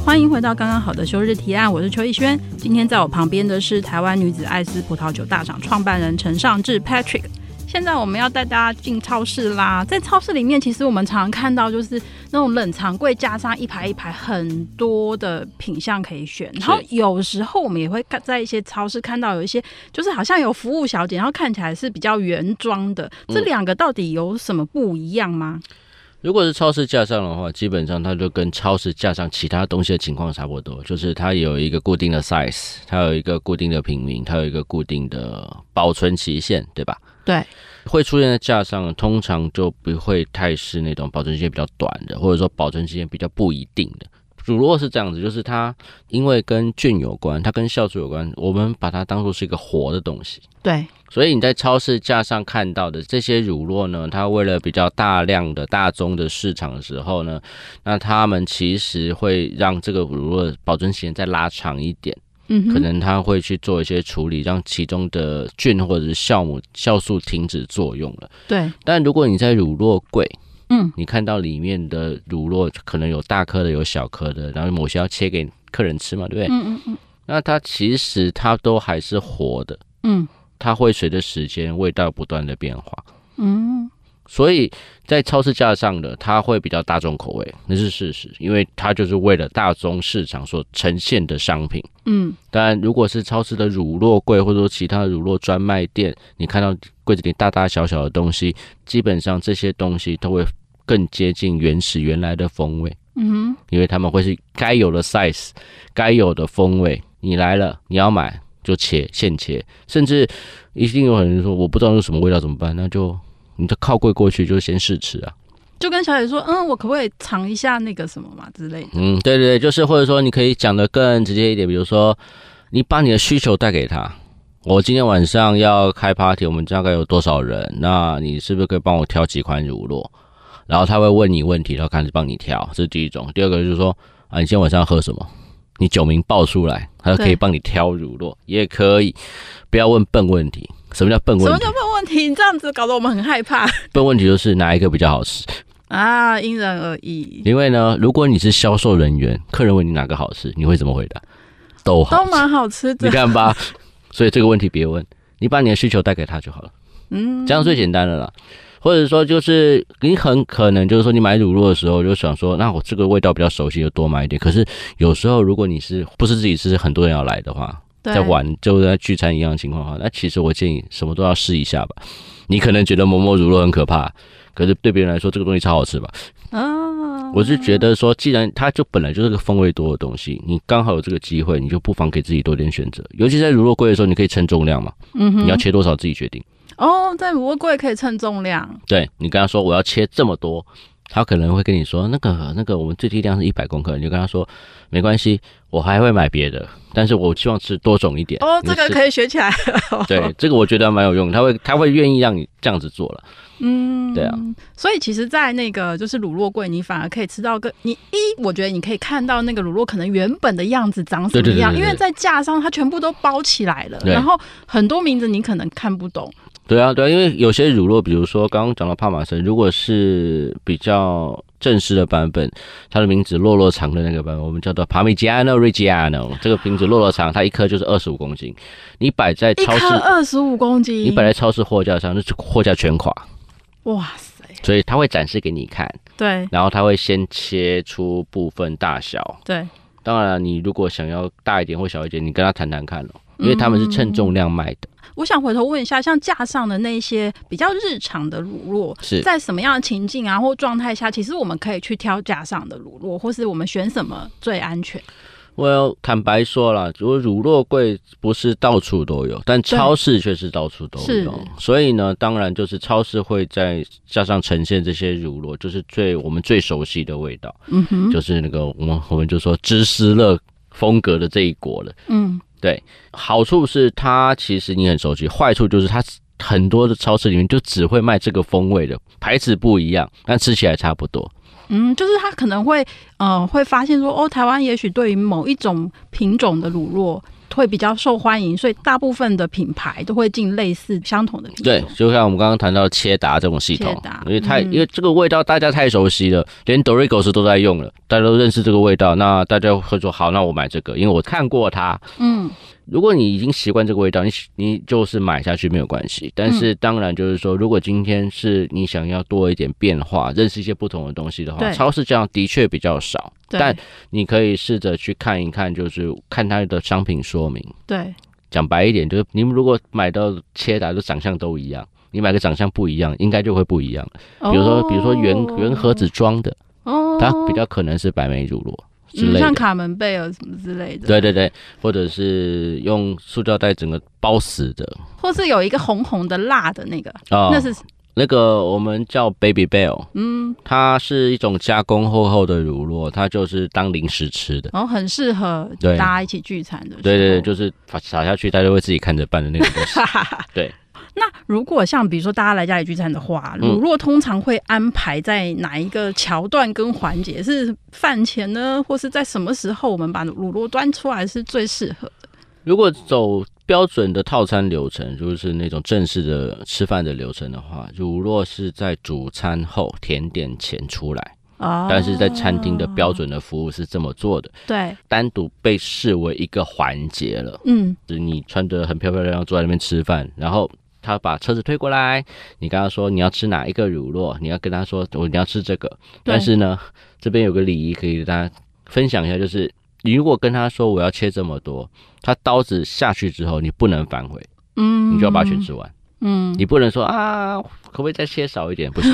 Speaker 1: 欢迎回到刚刚好的休日提案，我是邱逸轩。今天在我旁边的是台湾女子艾斯葡萄酒大厂创办人陈尚志 Patrick。现在我们要带大家进超市啦，在超市里面，其实我们常常看到就是那种冷藏柜加上一排一排很多的品相可以选，然后有时候我们也会看在一些超市看到有一些就是好像有服务小姐，然后看起来是比较原装的，这两个到底有什么不一样吗？
Speaker 2: 如果是超市架上的话，基本上它就跟超市架上其他东西的情况差不多，就是它有一个固定的 size，它有一个固定的品名，它有一个固定的保存期限，对吧？
Speaker 1: 对，
Speaker 2: 会出现在架上，通常就不会太是那种保存期限比较短的，或者说保存期限比较不一定的。乳酪是这样子，就是它因为跟菌有关，它跟酵素有关，我们把它当做是一个活的东西。
Speaker 1: 对，
Speaker 2: 所以你在超市架上看到的这些乳酪呢，它为了比较大量的大宗的市场的时候呢，那他们其实会让这个乳酪保存期间再拉长一点。
Speaker 1: 嗯哼，
Speaker 2: 可能它会去做一些处理，让其中的菌或者是酵母、酵素停止作用了。
Speaker 1: 对，
Speaker 2: 但如果你在乳酪柜，
Speaker 1: 嗯，
Speaker 2: 你看到里面的乳酪可能有大颗的，有小颗的，然后某些要切给客人吃嘛，对不对？
Speaker 1: 嗯嗯嗯
Speaker 2: 那它其实它都还是活的，
Speaker 1: 嗯。
Speaker 2: 它会随着时间味道不断的变化。
Speaker 1: 嗯，
Speaker 2: 所以在超市架上的，它会比较大众口味，那是事实，因为它就是为了大众市场所呈现的商品。
Speaker 1: 嗯，
Speaker 2: 当然，如果是超市的乳酪柜或者说其他的乳酪专卖店，你看到柜子里大大小小的东西，基本上这些东西都会更接近原始原来的风味。嗯，因为他们会是该有的 size，该有的风味。你来了，你要买就切现切，甚至一定有很多人说我不知道是什么味道怎么办，那就你就靠柜过去就先试吃啊。
Speaker 1: 就跟小姐说，嗯，我可不可以尝一下那个什么嘛之类的。
Speaker 2: 嗯，对对对，就是或者说你可以讲的更直接一点，比如说你把你的需求带给他。我今天晚上要开 party，我们大概有多少人？那你是不是可以帮我挑几款乳酪？然后他会问你问题，然后开始帮你挑，这是第一种。第二个就是说啊，你今天晚上要喝什么？你酒名报出来，他就可以
Speaker 1: 对
Speaker 2: 帮你挑乳酪，也可以不要问笨问题。什么叫笨
Speaker 1: 什
Speaker 2: 问
Speaker 1: 么
Speaker 2: 题
Speaker 1: 叫？问问题？你这样子搞得我们很害怕
Speaker 2: 笨问题就是哪一个比较好吃？
Speaker 1: 啊！因人而异，
Speaker 2: 因为呢，如果你是销售人员，客人问你哪个好吃，你会怎么回答？都好
Speaker 1: 都
Speaker 2: 吃，
Speaker 1: 蛮好吃
Speaker 2: 你
Speaker 1: 的。
Speaker 2: 看吧。所以这个问题别问，你把你的需求带给他就好了，
Speaker 1: 嗯，
Speaker 2: 这样最简单的啦。或者说，就是你很可能就是说，你买乳酪的时候就想说，那我这个味道比较熟悉，就多买一点。可是有时候，如果你是不是自己吃，很多人要来的话，
Speaker 1: 对
Speaker 2: 在玩就是在聚餐一样的情况的话，那其实我建议什么都要试一下吧。你可能觉得某某乳酪很可怕，可是对别人来说，这个东西超好吃吧？
Speaker 1: 啊，
Speaker 2: 我是觉得说，既然它就本来就是个风味多的东西，你刚好有这个机会，你就不妨给自己多点选择。尤其在乳酪柜的时候，你可以称重量嘛，
Speaker 1: 嗯哼，
Speaker 2: 你要切多少自己决定。
Speaker 1: 哦，在卤味柜可以称重量，
Speaker 2: 对你跟他说我要切这么多，他可能会跟你说那个那个我们最低量是一百公克，你就跟他说没关系，我还会买别的，但是我希望吃多种一点。
Speaker 1: 哦，这个
Speaker 2: 以。
Speaker 1: 可以学起来 了。
Speaker 2: 对，这个我觉得蛮有用的，他会他会愿意让你这样子做了。
Speaker 1: 嗯，
Speaker 2: 对啊。
Speaker 1: 所以其实，在那个就是卤肉柜，你反而可以吃到个你一，我觉得你可以看到那个卤肉可能原本的样子长什
Speaker 2: 对
Speaker 1: 么
Speaker 2: 对对
Speaker 1: 样，
Speaker 2: 对对
Speaker 1: 因为在架上它全部都包起来了，
Speaker 2: 对
Speaker 1: 然后很多名字你可能看不懂。
Speaker 2: 对啊，对啊，因为有些乳酪，比如说刚刚讲到帕玛森，如果是比较正式的版本，它的名字落落长的那个版本，我们叫做 Parmigiano Reggiano，这个名字落落长，它一颗就是二十五公斤，你摆在
Speaker 1: 一
Speaker 2: 超市
Speaker 1: 颗，二十五公斤，
Speaker 2: 你摆在超市货架上，就是货架全垮，
Speaker 1: 哇塞，
Speaker 2: 所以它会展示给你看，
Speaker 1: 对
Speaker 2: 然后它会先切出部分大小。
Speaker 1: 对，
Speaker 2: 当然，你如果想要大一点或小一点，你跟他谈谈看哦，因为他们是称重量卖的，
Speaker 1: 我想回头问一下，像架上的那些比较日常的乳酪，
Speaker 2: 是
Speaker 1: 在什么样的情境啊或状态下，其实我们可以去挑架上的乳酪，或是我们选什么最安全？
Speaker 2: well，坦白说啦，如果乳酪柜不是到处都有，但超市却是到处都
Speaker 1: 是
Speaker 2: 有。所以呢，当然就是超市会再加上呈现这些乳酪，就是最我们最熟悉的味道，
Speaker 1: 嗯哼，
Speaker 2: 就是那个我们我们就说芝士乐风格的这一国了。
Speaker 1: 嗯，
Speaker 2: 好处是它其实你很熟悉，坏处就是它很多的超市里面就只会卖这个风味的，牌子不一样，但吃起来差不多。
Speaker 1: 嗯，就是他可能会呃会发现说，哦，台湾也许对于某一种品种的乳酪会比较受欢迎，所以大部分的品牌都会进类似相同的品
Speaker 2: 对
Speaker 1: 种。，
Speaker 2: 就像我们刚刚谈到切达这种系统
Speaker 1: 切达，
Speaker 2: 因为太、
Speaker 1: 嗯
Speaker 2: 因为这个味道大家太熟悉了，连 Doritos 都在用了，大家都认识这个味道，那大家会说好，那我买这个，因为我看过它。
Speaker 1: 嗯，
Speaker 2: 如果你已经习惯这个味道，你你就是买下去没有关系。但是
Speaker 1: 嗯
Speaker 2: 当然就是说，如果今天是你想要多一点变化，认识一些不同的东西的话，
Speaker 1: 对
Speaker 2: 超市这样的确比较少，
Speaker 1: 对
Speaker 2: 但你可以试着去看一看，就是看它的商品说明。
Speaker 1: 对，
Speaker 2: 讲白一点，就是你们如果买到切达，就长相都一样，你买个长相不一样，应该就会不一样。比如说，比如说圆圆盒子装的，
Speaker 1: 哦，
Speaker 2: 它比较可能是白梅乳酪之
Speaker 1: 嗯
Speaker 2: 类
Speaker 1: 像
Speaker 2: 的。
Speaker 1: 卡门贝尔什么之类的，
Speaker 2: 对对对，或者是用塑胶袋整个包死的
Speaker 1: 或是有一个红红的辣的那个，
Speaker 2: 啊，
Speaker 1: 那是
Speaker 2: 那个我们叫 Baby Bell，
Speaker 1: 嗯，
Speaker 2: 它是一种加工厚厚的乳酪，它就是当零食吃的。
Speaker 1: 然后很适合
Speaker 2: 对
Speaker 1: 大家一起聚餐的时候。
Speaker 2: 对对对，就是撒撒下去，大家会自己看着办的那种东西。对。
Speaker 1: 那如果像比如说大家来家里聚餐的话，
Speaker 2: 嗯
Speaker 1: 乳酪通常会安排在哪一个桥段跟环节？是饭前呢，或是在什么时候我们把乳酪端出来是最适合？
Speaker 2: 如果走标准的套餐流程，就是那种正式的吃饭的流程的话，乳酪是在主餐后甜点前出来，
Speaker 1: 啊
Speaker 2: 但是在餐厅的标准的服务是这么做的，
Speaker 1: 哦对，
Speaker 2: 单独被视为一个环节了。
Speaker 1: 嗯，
Speaker 2: 就是你穿得很漂漂亮亮坐在那边吃饭，然后。他把车子推过来，你跟他说你要吃哪一个乳酪，你要跟他说我你要吃这个。
Speaker 1: 对
Speaker 2: 但是呢，这边有个礼仪可以跟大家分享一下，就是你如果跟他说我要切这么多，他刀子下去之后你不能反悔，
Speaker 1: 嗯，
Speaker 2: 你就要把它全吃完。
Speaker 1: 嗯，
Speaker 2: 你不能说啊，可不可以再切少一点？不行，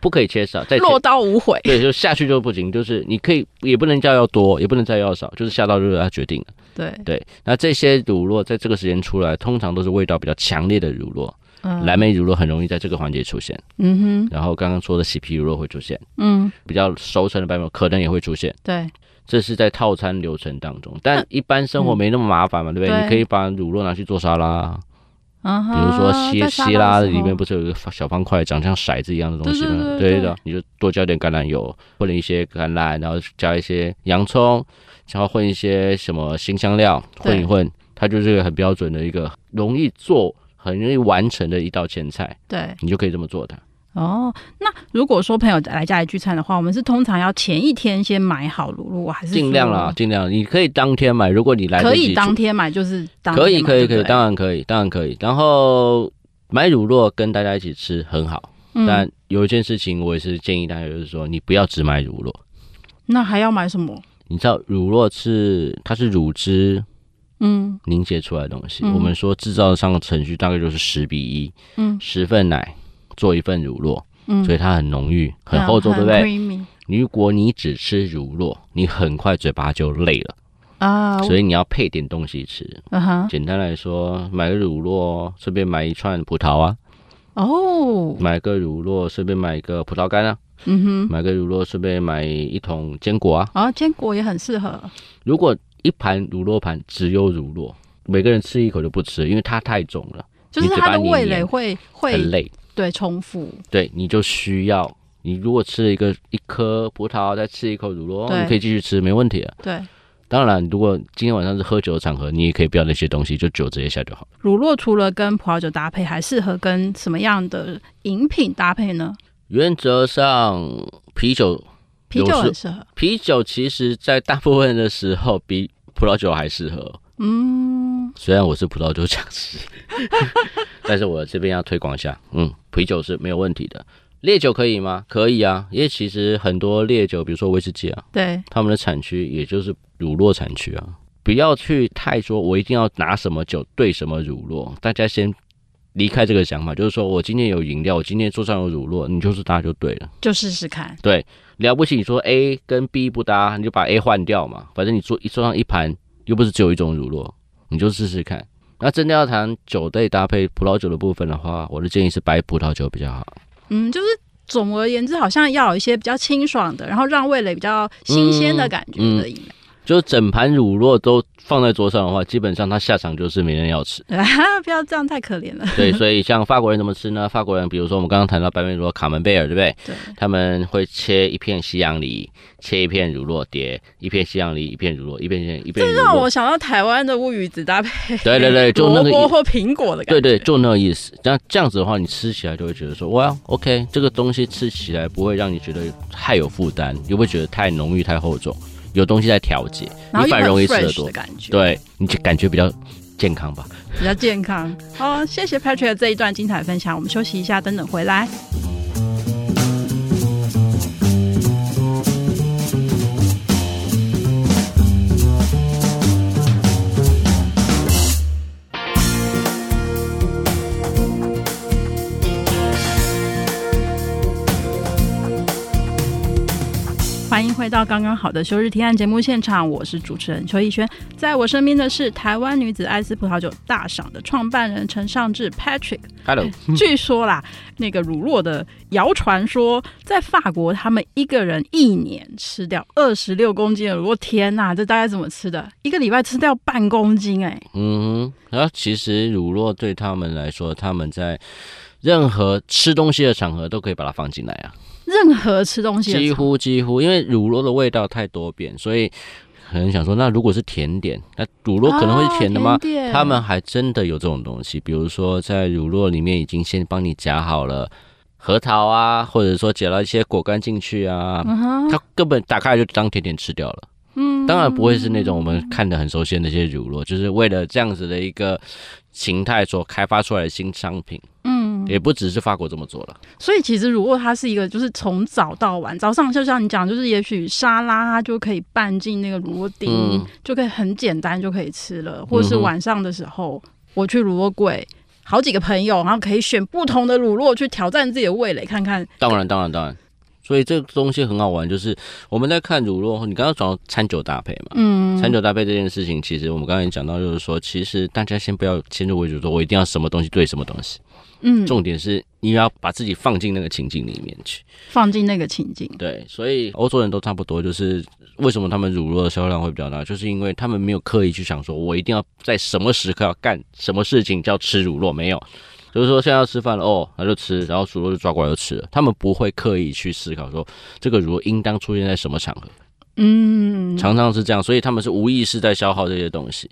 Speaker 2: 不可以切少，再切
Speaker 1: 落刀无悔。
Speaker 2: 对，就下去就不行，就是你可以也不能叫要多，也不能再要少，就是下到就是他决定了。
Speaker 1: 对，
Speaker 2: 对，那这些乳酪在这个时间出来，通常都是味道比较强烈的乳酪，
Speaker 1: 嗯
Speaker 2: 蓝莓乳酪很容易在这个环节出现，
Speaker 1: 嗯哼，
Speaker 2: 然后刚刚说的喜皮乳酪会出现，
Speaker 1: 嗯，
Speaker 2: 比较熟成的白莓可能也会出现，
Speaker 1: 对，
Speaker 2: 这是在套餐流程当中。但
Speaker 1: 那嗯
Speaker 2: 一般生活没那么麻烦嘛，对不对？
Speaker 1: 对
Speaker 2: 你可以把乳酪拿去做沙拉，啊
Speaker 1: 嗯
Speaker 2: 比
Speaker 1: 哼，
Speaker 2: 如说希
Speaker 1: 在沙
Speaker 2: 希
Speaker 1: 拉
Speaker 2: 拉
Speaker 1: 的时候
Speaker 2: 里面不是有一个小方块长像骰子一样的东西吗？
Speaker 1: 对对对对
Speaker 2: 的，你就多加点橄榄油，混了一些橄榄，然后加一些洋葱，然后混一些什么新香料，
Speaker 1: 对
Speaker 2: 混一混，它就是个很标准的一个容易做、很容易完成的一道前菜，
Speaker 1: 对。
Speaker 2: 你就可以这么做它。
Speaker 1: 哦，那如果说朋友来家里聚餐的话，我们是通常要前一天先买好乳酪，还是
Speaker 2: 尽量啦，
Speaker 1: 说？
Speaker 2: 尽量，你可以当天买，如果你来得
Speaker 1: 可
Speaker 2: 及
Speaker 1: 以
Speaker 2: 煮
Speaker 1: 当天买，就是当天
Speaker 2: 可以
Speaker 1: 买
Speaker 2: 可以
Speaker 1: 对
Speaker 2: 可以，
Speaker 1: 不对
Speaker 2: 当然可以，当然可以。然后买乳酪跟大家一起吃很好，
Speaker 1: 嗯
Speaker 2: 但有一件事情我也是建议大家，就是说你不要只买乳酪。
Speaker 1: 那还要买什么？
Speaker 2: 你知道乳酪是它是乳汁
Speaker 1: 嗯
Speaker 2: 凝结出来的东西，
Speaker 1: 嗯
Speaker 2: 我们说制造上的程序大概就是十比一，
Speaker 1: 嗯
Speaker 2: 十份奶做一份乳酪，
Speaker 1: 嗯，
Speaker 2: 所以
Speaker 1: 以
Speaker 2: 它很浓郁、很厚重，对不对？
Speaker 1: 对？
Speaker 2: 如果你只吃乳酪，你很快嘴巴就累了，
Speaker 1: 啊，
Speaker 2: 所以你要配点东西吃。
Speaker 1: 嗯哼，
Speaker 2: 简单来说，买个乳酪，顺便买一串葡萄啊；
Speaker 1: 哦，
Speaker 2: 买个乳酪，顺便买一个葡萄干啊；
Speaker 1: 嗯哼，
Speaker 2: 买个乳酪，顺便买一桶坚果啊。
Speaker 1: 啊，坚果也很适合，
Speaker 2: 如果一盘乳酪盘只有乳酪，每个人吃一口就不吃，因为它太重了，
Speaker 1: 就是
Speaker 2: 你嘴
Speaker 1: 它
Speaker 2: 巴
Speaker 1: 的味
Speaker 2: 黏
Speaker 1: 蕾
Speaker 2: 黏
Speaker 1: 会
Speaker 2: 很
Speaker 1: 会
Speaker 2: 累。
Speaker 1: 对重复，
Speaker 2: 对，你就需要你如果吃了一个一颗葡萄，再吃一口乳酪，
Speaker 1: 对
Speaker 2: 你可以继续吃，没问题的。
Speaker 1: 对，
Speaker 2: 当然，如果今天晚上是喝酒的场合，你也可以不要那些东西，就酒直接下就好。
Speaker 1: 乳酪除了跟葡萄酒搭配，还适合跟什么样的饮品搭配呢？
Speaker 2: 原则上，啤酒
Speaker 1: 啤
Speaker 2: 有
Speaker 1: 酒
Speaker 2: 时
Speaker 1: 很适合，
Speaker 2: 啤酒其实在大部分的时候比葡萄酒还适合。
Speaker 1: 嗯，
Speaker 2: 虽然我是葡萄酒讲师， 但是我这边要推广一下，嗯，啤酒是没有问题的。烈酒可以吗？可以啊，因为其实很多烈酒，比如说威士忌啊，
Speaker 1: 对，
Speaker 2: 他们的产区也就是乳酪产区啊。不要去太说，我一定要拿什么酒兑什么乳酪，大家先离开这个想法，就是说我今天有饮料，我今天桌上有乳酪，你就是搭就对了。
Speaker 1: 就试试看，
Speaker 2: 了不起，你说 A 跟 B 不搭，你就把 A 换掉嘛，反正你桌一桌上一盘又不是只有一种乳酪，你就试试看。那真的要谈酒类搭配葡萄酒的部分的话，我的建议是白葡萄酒比较好。
Speaker 1: 嗯，就是。总而言之，好像要有一些比较清爽的，然后让味蕾比较新鲜的感觉
Speaker 2: 嗯嗯
Speaker 1: 的饮料。
Speaker 2: 就是整盘乳酪都放在桌上的话，基本上它下场就是没人要吃。
Speaker 1: 啊，不要这样，太可怜了。
Speaker 2: 对，所以像法国人怎么吃呢？法国人，比如说我们刚刚谈到白面乳酪卡门贝尔，对不对？
Speaker 1: 对，
Speaker 2: 他们会切一片西洋梨，切一片乳酪碟，一片西洋梨，一片乳酪，一片一片乳
Speaker 1: 让我
Speaker 2: 酪。
Speaker 1: 想到台湾的乌鱼子搭配
Speaker 2: 对对对，就 那个
Speaker 1: 萝卜或苹果的感
Speaker 2: 对
Speaker 1: 觉。
Speaker 2: 对，就那个意思。那这样子的话，你吃起来就会觉得说，哇，OK，这个东西吃起来不会让你觉得太有负担，又不会觉得太浓郁、太厚重，有东西在调节，
Speaker 1: 然后又
Speaker 2: 你反
Speaker 1: 很
Speaker 2: 而容易吃
Speaker 1: fresh
Speaker 2: 得多
Speaker 1: 的，感觉，，
Speaker 2: 对，你就感觉比较健康吧。
Speaker 1: 比较健康。好，谢谢 Patrick 的这一段精彩分享，我们休息一下，等等回来。欢迎回到刚刚好的休日提案节目现场，我是主持人邱逸轩，在我身边的是台湾女子艾斯葡萄酒大赏的创办人陈尚志 Patrick。
Speaker 2: Hello，
Speaker 1: 据说啦，那个乳酪的谣传说，在法国他们一个人一年吃掉二十六公斤的乳酪，天呐，这大概怎么吃的？一个礼拜吃掉半公斤、哎，
Speaker 2: 嗯哼，然后其实乳酪对他们来说，他们在任何吃东西的场合都可以把它放进来啊。
Speaker 1: 任何吃东西的
Speaker 2: 几
Speaker 1: 时候
Speaker 2: 乎几乎，因为乳酪的味道太多变，所以可能想说，那如果是甜点，那乳酪可能会是甜的吗？
Speaker 1: 哦甜点
Speaker 2: 他们还真的有这种东西，比如说在乳酪里面已经先帮你夹好了核桃啊，或者说夹了一些果干进去啊，
Speaker 1: 嗯
Speaker 2: 它根本打开来就当甜点吃掉了。嗯，当然不会是那种我们看的很熟悉的那些乳酪，就是为了这样子的一个形态所开发出来的新商品。嗯，也不只是法国这么做了。
Speaker 1: 所以其实乳酪它是一个，就是从早到晚，早上就像你讲，就是也许沙拉它就可以拌进那个乳酪丁，
Speaker 2: 嗯
Speaker 1: 就可以很简单就可以吃了，或是
Speaker 2: 嗯哼
Speaker 1: 晚上的时候我去乳酪柜。好几个朋友，然后可以选不同的乳酪去挑战自己的味蕾，看看
Speaker 2: 当然，当然，当然。所以这个东西很好玩，就是我们在看乳酪，你刚刚讲到餐酒搭配嘛，嗯，餐酒搭配这件事情，其实我们刚才也讲到，就是说，其实大家先不要先入为主，说我一定要什么东西对什么东西，
Speaker 1: 嗯，
Speaker 2: 重点是你要把自己放进那个情境里面去。
Speaker 1: 放进那个情境。
Speaker 2: 对，所以欧洲人都差不多，就是为什么他们乳酪的销量会比较大，就是因为他们没有刻意去想说，我一定要在什么时刻要干什么事情叫吃乳酪，没有。就是说，现在要吃饭了哦，那就吃，然后乳酪就抓过来就吃了。他们不会刻意去思考说这个乳酪应当出现在什么场合，
Speaker 1: 嗯，
Speaker 2: 常常是这样，所以他们是无意识在消耗这些东西。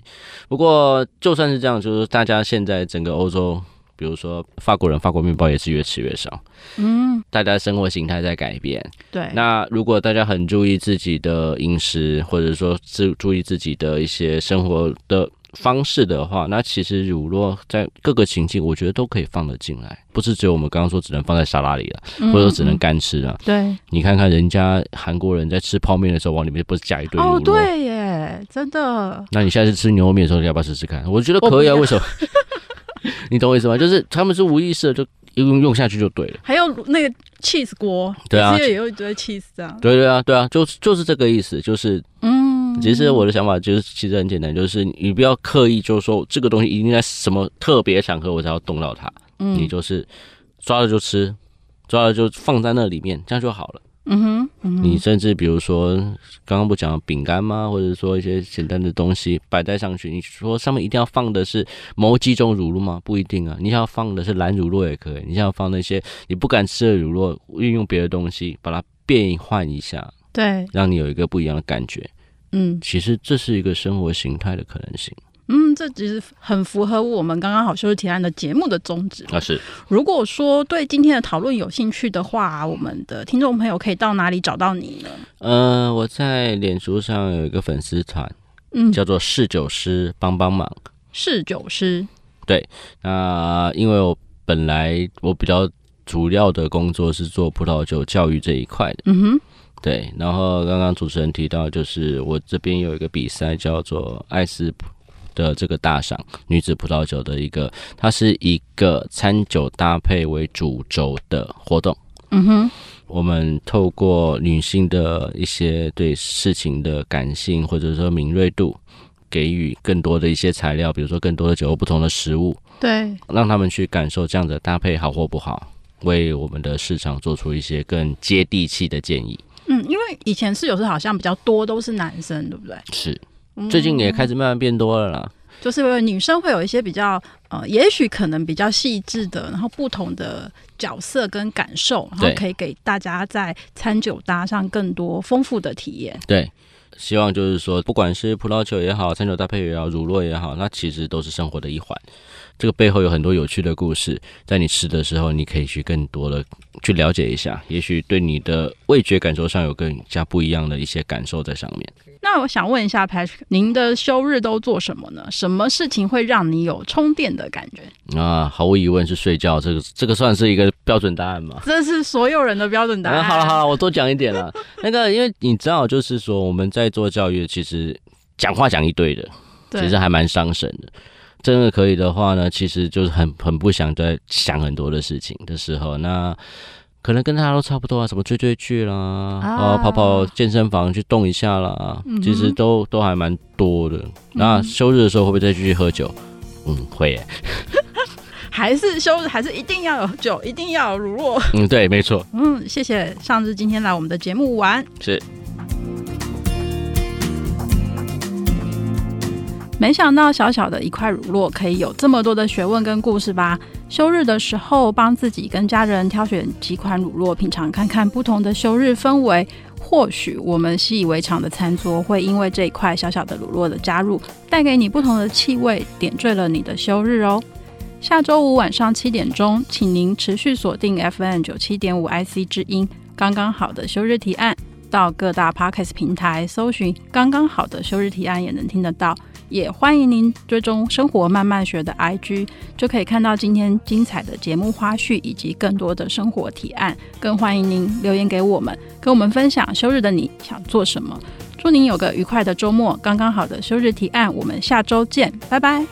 Speaker 2: 不过就算是这样，就是大家现在整个欧洲，比如说法国人，法国面包也是越吃越少，嗯，大家生活形态在改变，
Speaker 1: 对，
Speaker 2: 那如果大家很注意自己的饮食，或者说注注意自己的一些生活的方式的话，那其实乳酪在各个情境，我觉得都可以放得进来，不是只有我们刚刚说只能放在沙拉里了，
Speaker 1: 嗯
Speaker 2: 或者说只能干吃啊。
Speaker 1: 对
Speaker 2: 你看看人家韩国人在吃泡面的时候，往里面不是加一堆乳酪？
Speaker 1: 哦，对耶，真的，
Speaker 2: 那你下次吃牛 肉面的时候，你要不要试试看？我觉得可以
Speaker 1: 我不要
Speaker 2: 啊，为什么？你懂我意思吗？就是他们是无意识的，就用用下去就对了。
Speaker 1: 还有那个 cheese 锅，
Speaker 2: 对啊
Speaker 1: 也是有一堆 cheese 这样。
Speaker 2: 对对啊，对啊，就是就是这个意思，就是
Speaker 1: 嗯，
Speaker 2: 其实我的想法就是其实很简单，就是你不要刻意就说这个东西一定在什么特别场合我才要动到它，
Speaker 1: 嗯
Speaker 2: 你就是抓了就吃，抓了就放在那里面，这样就好了。
Speaker 1: 嗯哼，嗯哼
Speaker 2: 你甚至比如说刚刚不讲饼干吗，或者说一些简单的东西摆在上去，你说上面一定要放的是某几种乳酪吗？不一定啊，你想要放的是蓝乳酪也可以，你想要放那些你不敢吃的乳酪，运用别的东西把它变换一下，
Speaker 1: 对，
Speaker 2: 让你有一个不一样的感觉。
Speaker 1: 嗯
Speaker 2: 其实这是一个生活形态的可能性
Speaker 1: 嗯，这其实很符合我们刚刚好休息提案的节目的宗旨。
Speaker 2: 啊，是
Speaker 1: 如果说对今天的讨论有兴趣的话，我们的听众朋友可以到哪里找到你呢？
Speaker 2: 呃，我在脸书上有一个粉丝团，
Speaker 1: 嗯，
Speaker 2: 叫做侍酒师帮帮忙。
Speaker 1: 侍酒师，
Speaker 2: 那因为我本来我比较主要的工作是做葡萄酒教育这一块的，
Speaker 1: 嗯哼，
Speaker 2: 对。然后刚刚主持人提到，就是我这边有一个比赛叫做艾斯的这个大赏女子葡萄酒的一个，它是一个餐酒搭配为主轴的活动。
Speaker 1: 嗯哼，
Speaker 2: 我们透过女性的一些对事情的感性或者说敏锐度，给予更多的一些材料，比如说更多的酒或不同的食物，
Speaker 1: 对，
Speaker 2: 让他们去感受这样的搭配好或不好，为我们的市场做出一些更接地气的建议。
Speaker 1: 嗯，因为以前侍酒师好像比较多都是男生，对不对？
Speaker 2: 是，
Speaker 1: 嗯
Speaker 2: 最近也开始慢慢变多了啦。
Speaker 1: 就是女生会有一些比较呃，也许可能比较细致的，然后不同的角色跟感受，然后
Speaker 2: 对
Speaker 1: 可以给大家在餐酒搭上更多丰富的体验。
Speaker 2: 对，希望就是说，不管是葡萄酒也好，餐酒搭配也好，乳酪也好，它其实都是生活的一环。这个背后有很多有趣的故事，在你吃的时候，你可以去更多的去了解一下，也许对你的味觉感受上有更加不一样的一些感受在上面。
Speaker 1: 那我想问一下 Patrick，您的休日都做什么呢？什么事情会让你有充电的感觉？
Speaker 2: 啊，毫无疑问是睡觉，这个这个算是一个标准答案吗？
Speaker 1: 这是所有人的标准答案。
Speaker 2: 啊，好了好了，我多讲一点了。那个，因为你知道，就是说我们在做教育，其实讲话讲一堆的，
Speaker 1: 对
Speaker 2: 其实还啊蛮伤神的。真的可以的话呢，其实就是很很不想再想很多的事情的时候，那可能跟大家都差不多啊，什么追追剧啦，
Speaker 1: 啊
Speaker 2: 啊，跑跑健身房去动一下啦，
Speaker 1: 嗯哼嗯
Speaker 2: 其实都都还蛮多的。那休日的时候会不会再继续喝酒？嗯，会耶。
Speaker 1: 还是休日，还是一定要有酒，一定要有乳酪。
Speaker 2: 嗯，对，没错，
Speaker 1: 嗯，谢谢上志今天来我们的节目玩。
Speaker 2: 是。
Speaker 1: 没想到小小的一块乳酪可以有这么多的学问跟故事吧？休日的时候，帮自己跟家人挑选几款乳酪，品尝看看不同的休日氛围。或许我们习以为常的餐桌，会因为这一块小小的乳酪的加入，带给你不同的气味，点缀了你的休日哦。下周五晚上七点钟，请您持续锁定 FM 九七点五 IC 之音，刚刚好的休日提案。到各大 Podcast 平台搜寻“刚刚好的休日提案”也能听得到。也欢迎您追踪“生活慢慢学”的 IG，就可以看到今天精彩的节目花絮以及更多的生活提案。更欢迎您留言给我们，跟我们分享休日的你想做什么。祝您有个愉快的周末！刚刚好的休日提案，我们下周见，拜拜。